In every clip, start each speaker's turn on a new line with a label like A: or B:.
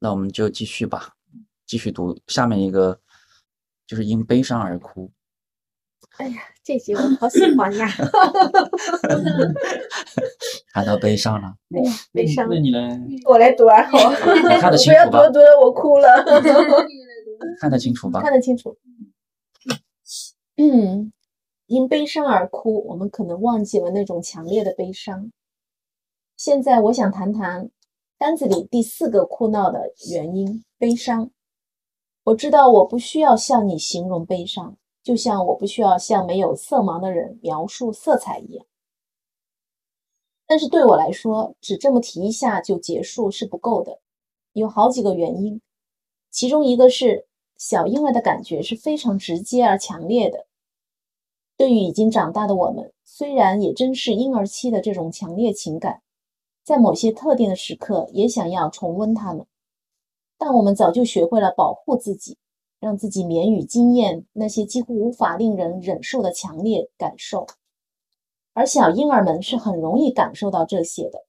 A: 那我们就继续吧，继续读下面一个，就是因悲伤而哭。
B: 哎呀，这集我好喜欢呀！
A: 谈到悲伤了，
B: 哎呀，悲伤。
C: 那你呢？
B: 我来读啊，好，
A: 你看得
B: 不
A: 清
B: 要
A: 楚
B: 读
A: 吧
B: 着？读着 我哭了，
A: 看得清楚吧？
B: 看得清楚。嗯，因悲伤而哭，我们可能忘记了那种强烈的悲伤。现在我想谈谈单子里第四个哭闹的原因——悲伤。我知道我不需要向你形容悲伤，就像我不需要向没有色盲的人描述色彩一样。但是对我来说，只这么提一下就结束是不够的，有好几个原因。其中一个是小婴儿的感觉是非常直接而强烈的。对于已经长大的我们，虽然也正是婴儿期的这种强烈情感，在某些特定的时刻也想要重温它们，但我们早就学会了保护自己，让自己免于经验那些几乎无法令人忍受的强烈感受。而小婴儿们是很容易感受到这些的。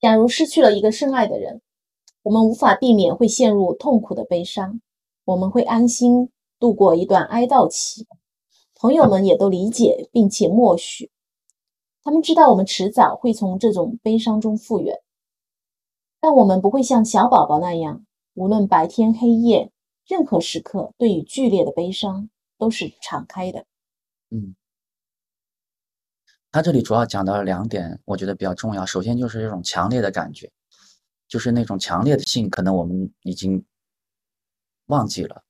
B: 假如失去了一个深爱的人，我们无法避免会陷入痛苦的悲伤，我们会安心度过一段哀悼期。朋友们也都理解并且默许，他们知道我们迟早会从这种悲伤中复原，但我们不会像小宝宝那样，无论白天黑夜，任何时刻对于剧烈的悲伤都是敞开的。
A: 他这里主要讲到了两点，我觉得比较重要。首先就是这种强烈的感觉，就是那种强烈的性，可能我们已经忘记了。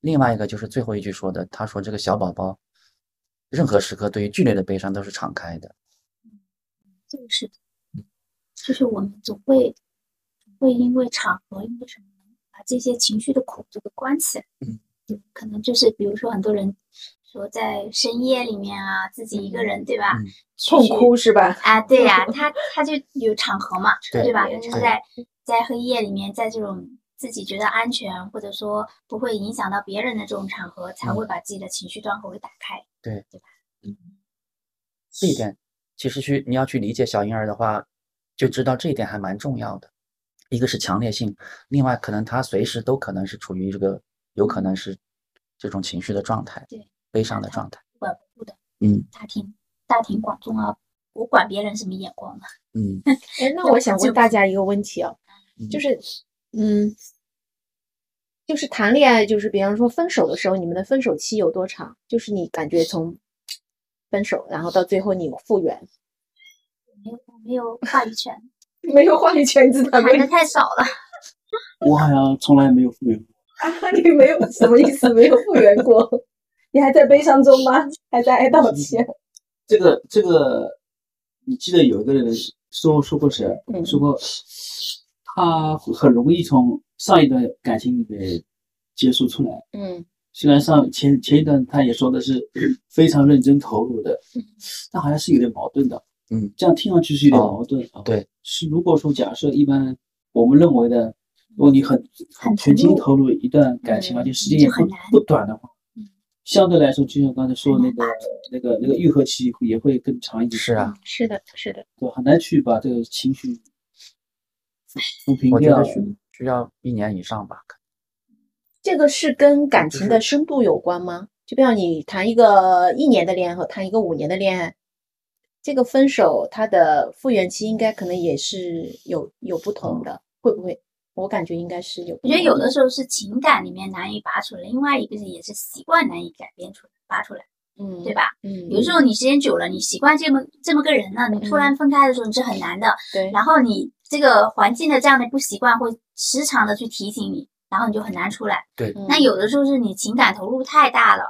A: 另外一个就是最后一句说的，他说这个小宝宝，任何时刻对于剧烈的悲伤都是敞开的。
D: 这个是，就是我们总会总会因为场合，因为什么，把这些情绪的苦这个关起来。
A: 嗯
D: 嗯，可能就是比如说很多人说在深夜里面啊，自己一个人，对吧？
A: 嗯
D: 去
B: 痛哭是吧？
D: 啊，对呀、他他就有场合嘛，
A: 对
D: 吧？他
B: 对
D: 就是
A: 对
D: 在在黑夜里面，在这种自己觉得安全或者说不会影响到别人的这种场合，才
A: 嗯
D: 会把自己的情绪端口给打开。
A: 这一点其实去你要去理解小婴儿的话，就知道这一点还蛮重要的。一个是强烈性，另外可能他随时都可能是处于这个有可能是这种情绪的状态，
D: 对，
A: 悲伤的状态。
D: 管不住的，
A: 嗯
D: 大庭大庭广众啊，我管别人什么眼光呢？啊
A: 嗯
B: 哎，那
D: 那
B: 我
D: 我
B: 想
D: 就
B: 问大家一个问题啊，
A: 嗯
B: 就是，嗯，就是谈恋爱，就是比方说分手的时候，你们的分手期有多长？就是你感觉从分手，然后到最后你复原，
D: 没有我没有话语权，
B: 没有话语权，自
D: 谈的太少了。
C: 我好像从来没有复原过。
B: 啊，你没有 什么意思？没有复原过， 你还在悲伤中吗？还在哀悼期？啊
C: 这个这个，你记得有一个人说说过谁？啊
B: 嗯
C: 说过他很容易从上一段感情里面结束出来。
B: 嗯
C: 虽然上前前一段他也说的是非常认真投入的，但好像是有点矛盾的。
A: 嗯，
C: 这样听上去是有点矛盾。啊。
A: 对，
C: 是如果说假设一般我们认为的，如果你很
D: 很
C: 全
D: 投
C: 心
D: 入
C: 投入一段感情，
B: 嗯
C: 而且时间也
D: 就
C: 不
D: 很难
C: 不短的话
D: 嗯，
C: 相对来说，就像刚才说的那
D: 很
C: 个那个那个愈合期也会更长一点。
A: 是啊，
B: 是的，是的，
C: 对，很难去把这个情绪抚
B: 嗯
C: 平
A: 我觉
C: 掉
A: 得。需需要一年以上吧。
B: 这个是跟感情的深度有关吗？就比方你谈一个一年的恋爱和谈一个五年的恋爱，这个分手它的复原期应该可能也是有有不同的，会不会？我感觉应该是有不
D: 我
B: 同。
D: 觉得有的时候是情感里面难以拔出来，另外一个是也是习惯难以改变出来拔出来，
B: 嗯，
D: 对？吧？
B: 嗯，
D: 有时候你时间久了，你习惯这么这么个人了，你突然分开的时候你是很难的。
B: 对，
D: 然后你这个环境的这样的不习惯会时常的去提醒你，然后你就很难出来。那
B: 嗯
D: 有的时候是你情感投入太大了，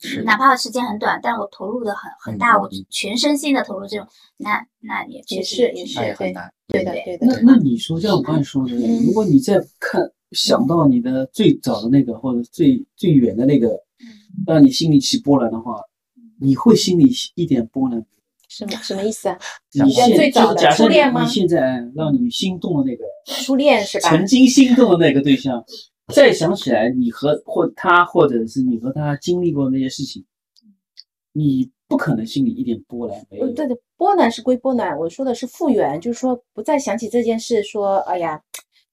A: 是
D: 哪怕时间很短，但我投入的很很
A: 嗯
D: 大，
A: 嗯
D: 我
A: 嗯
D: 全身心的投入这种，那那也确
B: 也
D: 实
B: 是也
A: 那也
B: 是
A: 很难。
B: 对的对的
C: 那，那你说，像我刚才说的，
B: 嗯
C: 如果你再看想到你的最早的那个，或者最最远的那个，
B: 嗯
C: 让你心里起波澜的话，你会心里一点波澜吗？
B: 什么什么意思啊？
A: 想
C: 你
A: 到
C: 现
B: 最早的
C: 就是假设
B: 初恋吗
C: 你现在让你心动的那个，
B: 初恋是吧？
C: 曾经心动的那个对象，再想起来你和或他，或者是你和他经历过的那些事情，你不可能心里一点波澜没有
B: 嗯，。对对，波澜是归波澜，我说的是复原，就是说不再想起这件事，说哎呀，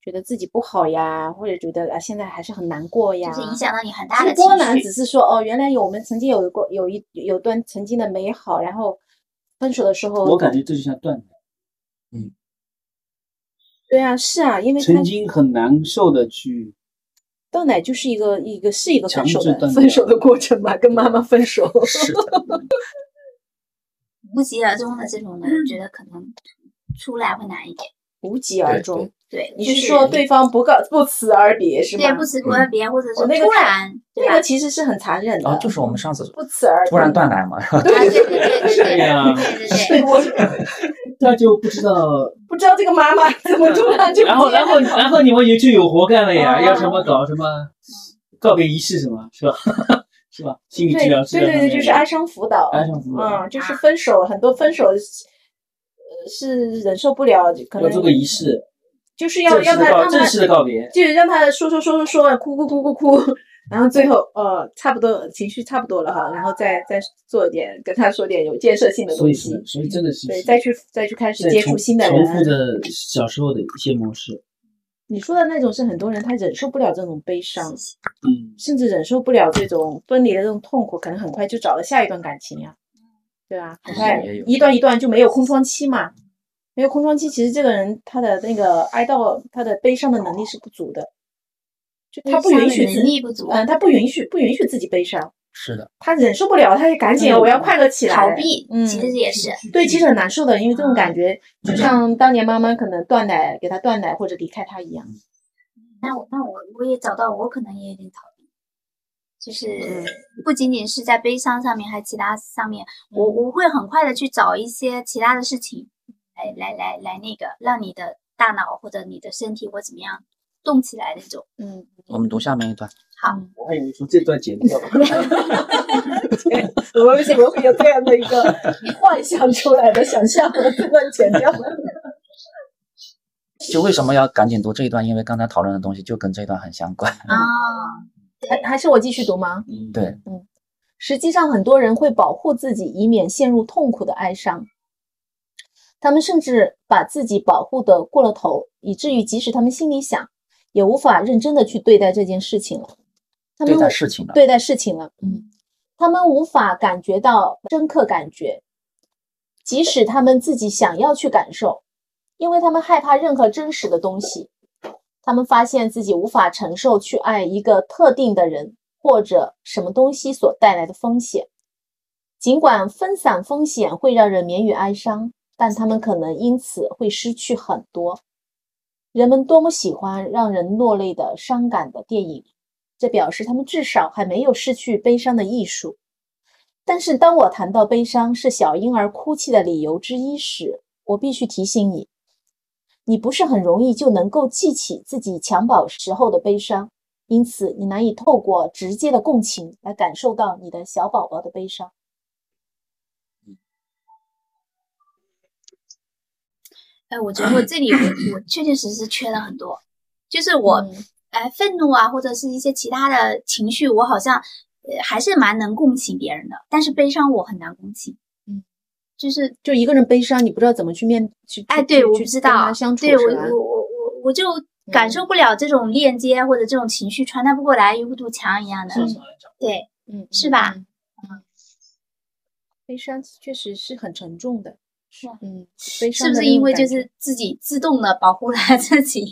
B: 觉得自己不好呀，或者觉得啊现在还是很难过呀
D: 就，是影响到你很
B: 其
D: 大的
B: 实波
D: 情
B: 澜
D: 绪。
B: 只是说哦，原来有我们曾经有过有一有段曾经的美好，然后分手的时候，
C: 我感觉这就像断奶，
B: 对啊，是啊，因为他
C: 曾经很难受的去，
B: 断奶就是一个一个是一个分
C: 强
B: 手
C: 制
B: 的
C: 断
B: 分
C: 奶
B: 手的过程吧，跟妈妈分手。
A: 是的，
D: 无疾而终的这种人，
B: 嗯
D: 我觉得可能出来会难一点。
B: 无疾而
A: 对
B: 终
A: 对。
D: 对，
B: 你
D: 就是
B: 说对方不告不辞而别是
D: 对
B: 吗
D: 不？辞
A: 嗯
D: 不而别，或者
B: 我
D: 是
B: 那个
D: 突
B: 看
D: 然对啊
B: 那
D: 吧？
B: 个其实是很残忍
A: 然
B: 的
A: 后，哦就是我们上次
B: 不辞而
A: 突然
B: 别
A: 断奶嘛，
D: 啊，对对对对对对
C: 对呀
D: 对对对，
B: 我
C: 那就不知道。
B: 不知道这个妈妈怎么突然就
C: 然后，
B: 不见
C: 然后，
B: 了
C: 然后你们也就有活干了呀，
B: 哦
C: 要什么搞什么告别仪式什么，是吧？ 是吧？心理
B: 对
C: 治疗师啊
B: 对对对，就是哀伤辅导，
C: 哀伤辅导
B: 嗯，就是分手，很多分手是呃是忍受不了，可
C: 要
B: 能
C: 做个仪式，
B: 就是嗯要
C: 正
B: 让
C: 式的
B: 他
C: 告
B: 让
C: 正
B: 他
C: 式的告别。
B: 就是让他说说说说说，哭哭哭哭哭，然后最后呃差不多情绪差不多了哈，然后再再做点跟他说点有建设性的
C: 所
B: 东
C: 以
B: 西
C: 说，，所以真的是
B: 对，再去再去开始接触新的
C: 重复
B: 人。
C: 的小时候的一些模式。
B: 你说的那种是很多人他忍受不了这种悲伤，
C: 嗯，
B: 甚至忍受不了这种分离的这种痛苦，可能很快就找了下一段感情呀、对啊，很快
A: 也有
B: 一段一段就没有空窗期嘛，没有空窗期，其实这个人他的那个哀悼，他的悲伤的能力是不足的，就他不允许
D: 能
B: 自己，
D: 力不足，
B: 嗯，他不允许不允许自己悲伤，
A: 是的，
B: 他忍受不了，他就赶紧
C: 嗯
B: 我要快乐起来，
D: 逃避嗯
B: 嗯
D: 其实也是，
B: 对，其实很难受的，因为这种感觉就像当年妈妈可能断奶给他断奶或者离开他一样，
D: 那我那我我也找到，我可能也有点逃避，
B: 嗯
D: 就是不仅仅是在悲伤上面，还其他上面，我
B: 嗯
D: 我会很快的去找一些其他的事情，来来来来那个，让你的大脑或者你的身体或怎么样动起来那种。
B: 嗯，
A: 我们读下面一段。
D: 好，
C: 我还以为说这段 剪掉了。
B: 我为什么会有这样的一个 幻想出来的想象？我这段剪掉。
A: 就为什么要赶紧读这一段？因为刚才讨论的东西就跟这一段很相 关。
B: 嗯
D: 啊、
B: 还还是我继续读吗？
C: 嗯
A: 对，
B: 实际上，很多人会保护自己，以免陷入痛苦的哀伤。他们甚至把自己保护的过了头，以至于即使他们心里想，也无法认真的去对待这件事情了。他们
A: 对待
B: 无
A: 事情的，
B: 对待事情了，嗯，他们无法感觉到深刻感觉，即使他们自己想要去感受，因为他们害怕任何真实的东西。他们发现自己无法承受去爱一个特定的人或者什么东西所带来的风险。尽管分散风险会让人免于哀伤，但他们可能因此会失去很多。人们多么喜欢让人落泪的伤感的电影，这表示他们至少还没有失去悲伤的艺术。但是，当我谈到悲伤是小婴儿哭泣的理由之一时，我必须提醒你，你不是很容易就能够记起自己襁褓时候的悲伤，因此你难以透过直接的共情来感受到你的小宝宝的悲伤。
D: 哎，我觉得我这里我我确确实实缺了很多，就是我
B: 嗯
D: 哎，愤怒啊，或者是一些其他的情绪，我好像呃还是蛮能共情别人的，但是悲伤我很难共情。
B: 嗯，
D: 就是
B: 就一个人悲伤，你不知道怎么去面去，
D: 哎，
B: 去
D: 对，
B: 去
D: 我不
B: 去
D: 知
B: 跟
D: 道
B: 他相，处
D: 对我
B: 是吧？嗯
D: 我我我我就感受不了这种链接或者这种情绪传达不过来，有堵墙一样的。
B: 嗯
D: 对，
B: 嗯，
D: 是吧
B: 嗯？嗯悲伤确实是很沉重的，
D: 是啊
B: 嗯，悲伤
D: 是
B: 的
D: 不是
B: 那
D: 因
B: 种
D: 为
B: 感
D: 就
B: 觉
D: 是自己自动的保护了 自己，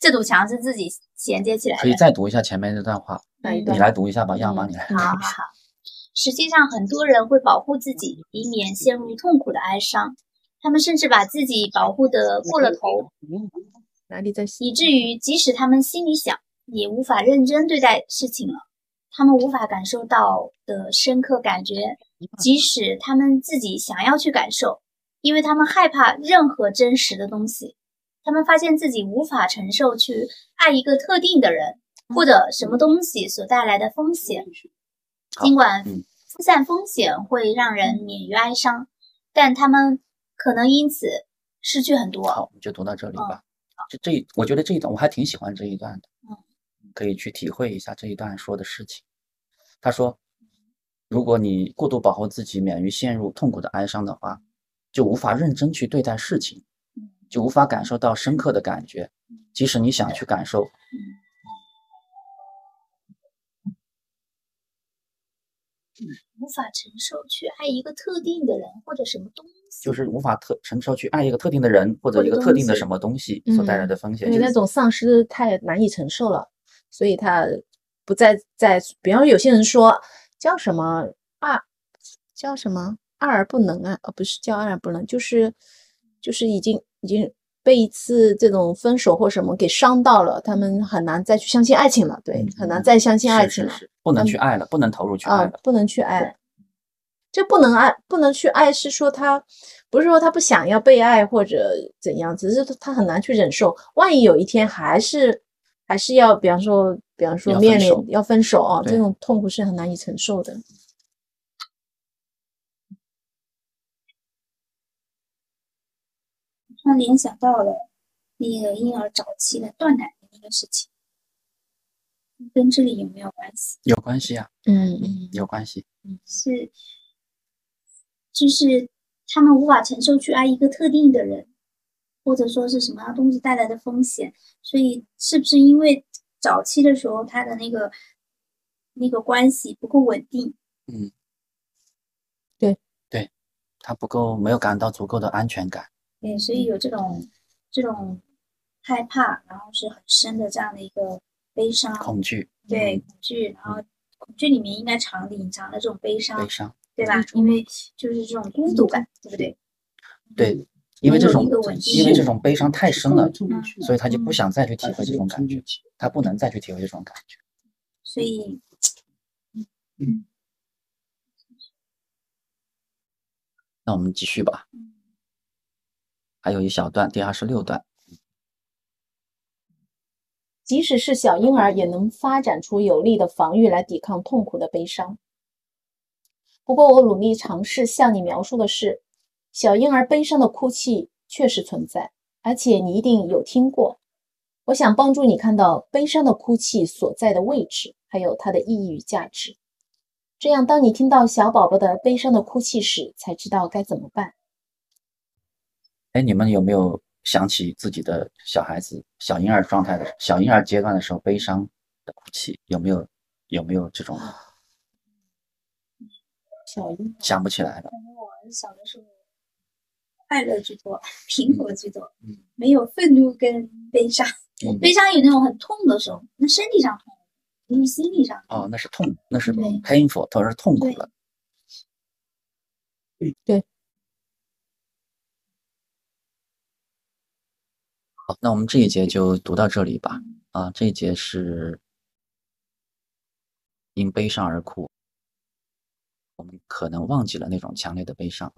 D: 这堵墙是自己衔接起来
A: 可以
D: 的？
A: 再读一下前面那段话，
B: 哪一
D: 嗯
B: 段
A: 你来读一下吧，样
B: 嗯
A: 板你来。
D: 好好好。实际上，很多人会保护自己，以免陷入痛苦的哀伤。他们甚至把自己保护的过了头，
B: 哪里在
D: 以至于即使他们心里想，也无法认真对待事情了。他们无法感受到的深刻感觉，
A: 嗯
D: 即使他们自己想要去感受，因为他们害怕任何真实的东西。他们发现自己无法承受去爱一个特定的人或者什么东西所带来的风险。
A: 好
D: 尽管
A: 嗯
D: 分散风险会让人免于哀伤，但他们可能因此失去很多。
A: 好，我们就读到这里吧。这这一，我觉得这一段我还挺喜欢这一段的
D: 嗯，
A: 可以去体会一下这一段说的事情。他说，如果你过度保护自己，免于陷入痛苦的哀伤的话，嗯就无法认真去对待事情，就无法感受到深刻的感觉，即使你想去感受，
D: 无法承受去爱一个特定的人或者什么东西，
A: 就是无法特承受去爱一个特定的人或者一个特定的什么东西嗯所带来的风险。
B: 因为
A: 就是
B: 那种丧失太难以承受了，所以他不再在，比方说有些人说叫什么二，叫什么爱而不能啊，呃，不是叫爱而不能，就是就是已经已经被一次这种分手或什么给伤到了，他们很难再去相信爱情了，对
A: 嗯，
B: 很
A: 嗯
B: 难再相信爱
A: 是
B: 情
A: 是
B: 了
A: 是，不能去爱了，不能投入去
B: 啊
A: 爱，了。
B: 不能去爱。这不能爱，不能去爱，是说他不是说他不想要被爱或者怎样，只是他很难去忍受。万一有一天还是还是要，比方说，比方说
A: 要分
B: 面临
A: 手
B: 要分手啊，这
A: 对
B: 种痛苦是很难以承受的。
D: 突然联想到了那个婴儿早期的断奶的那个事情，跟这里有没有关系？
A: 有关系啊，
B: 嗯
A: 嗯，有关系。
D: 是，就是他们无法承受去爱一个特定的人，或者说是什么样东西带来的风险。所以，是不是因为早期的时候他的那个那个关系不够稳定？
A: 他不够，没有感到足够的安全感。
D: 对，所以有这种这种害怕，然后是很深的这样的一个悲伤，
A: 恐惧、
D: 对恐惧，然后恐惧里面应该藏隐藏了这种悲伤
A: 悲，伤，
D: 对吧？因为就是这种孤独感，对不对？
A: 对，因为这种
D: 没有一个稳定
A: 因为这种悲伤太深了，
C: 冲不去
A: 所以他就不想再去体
C: 百
A: 会
C: 分
A: 这
C: 之
A: 种
C: 百
A: 感觉，
C: 冲不去
A: 他不能再去体会这种感觉。
D: 所以
A: 那我们继续吧，还有一小段，第二十六段。
B: 即使是小婴儿，也能发展出有力的防御来抵抗痛苦的悲伤。不过，我努力尝试向你描述的是，小婴儿悲伤的哭泣确实存在，而且你一定有听过。我想帮助你看到悲伤的哭泣所在的位置，还有它的意义与价值。这样，当你听到小宝宝的悲伤的哭泣时，才知道该怎么办。
A: 哎，你们有没有想起自己的小孩子、小婴儿状态的小婴儿阶段的时候悲伤的哭泣？有没有有没有这种
B: 小婴
A: 想不起来了？
D: 可能我们小的时候快乐居多， 平和居多，
A: 嗯
D: 没有愤怒跟悲伤。
A: 嗯
D: 悲伤有那种很痛的时候，那身体上痛，不是心理上痛。
A: 哦，那是痛，那是
D: 对
A: painful，它是痛苦
D: 对
A: 了。
B: 对。
A: 好，那我们这一节就读到这里吧。啊，这一节是因悲伤而哭，我们可能忘记了那种强烈的悲伤。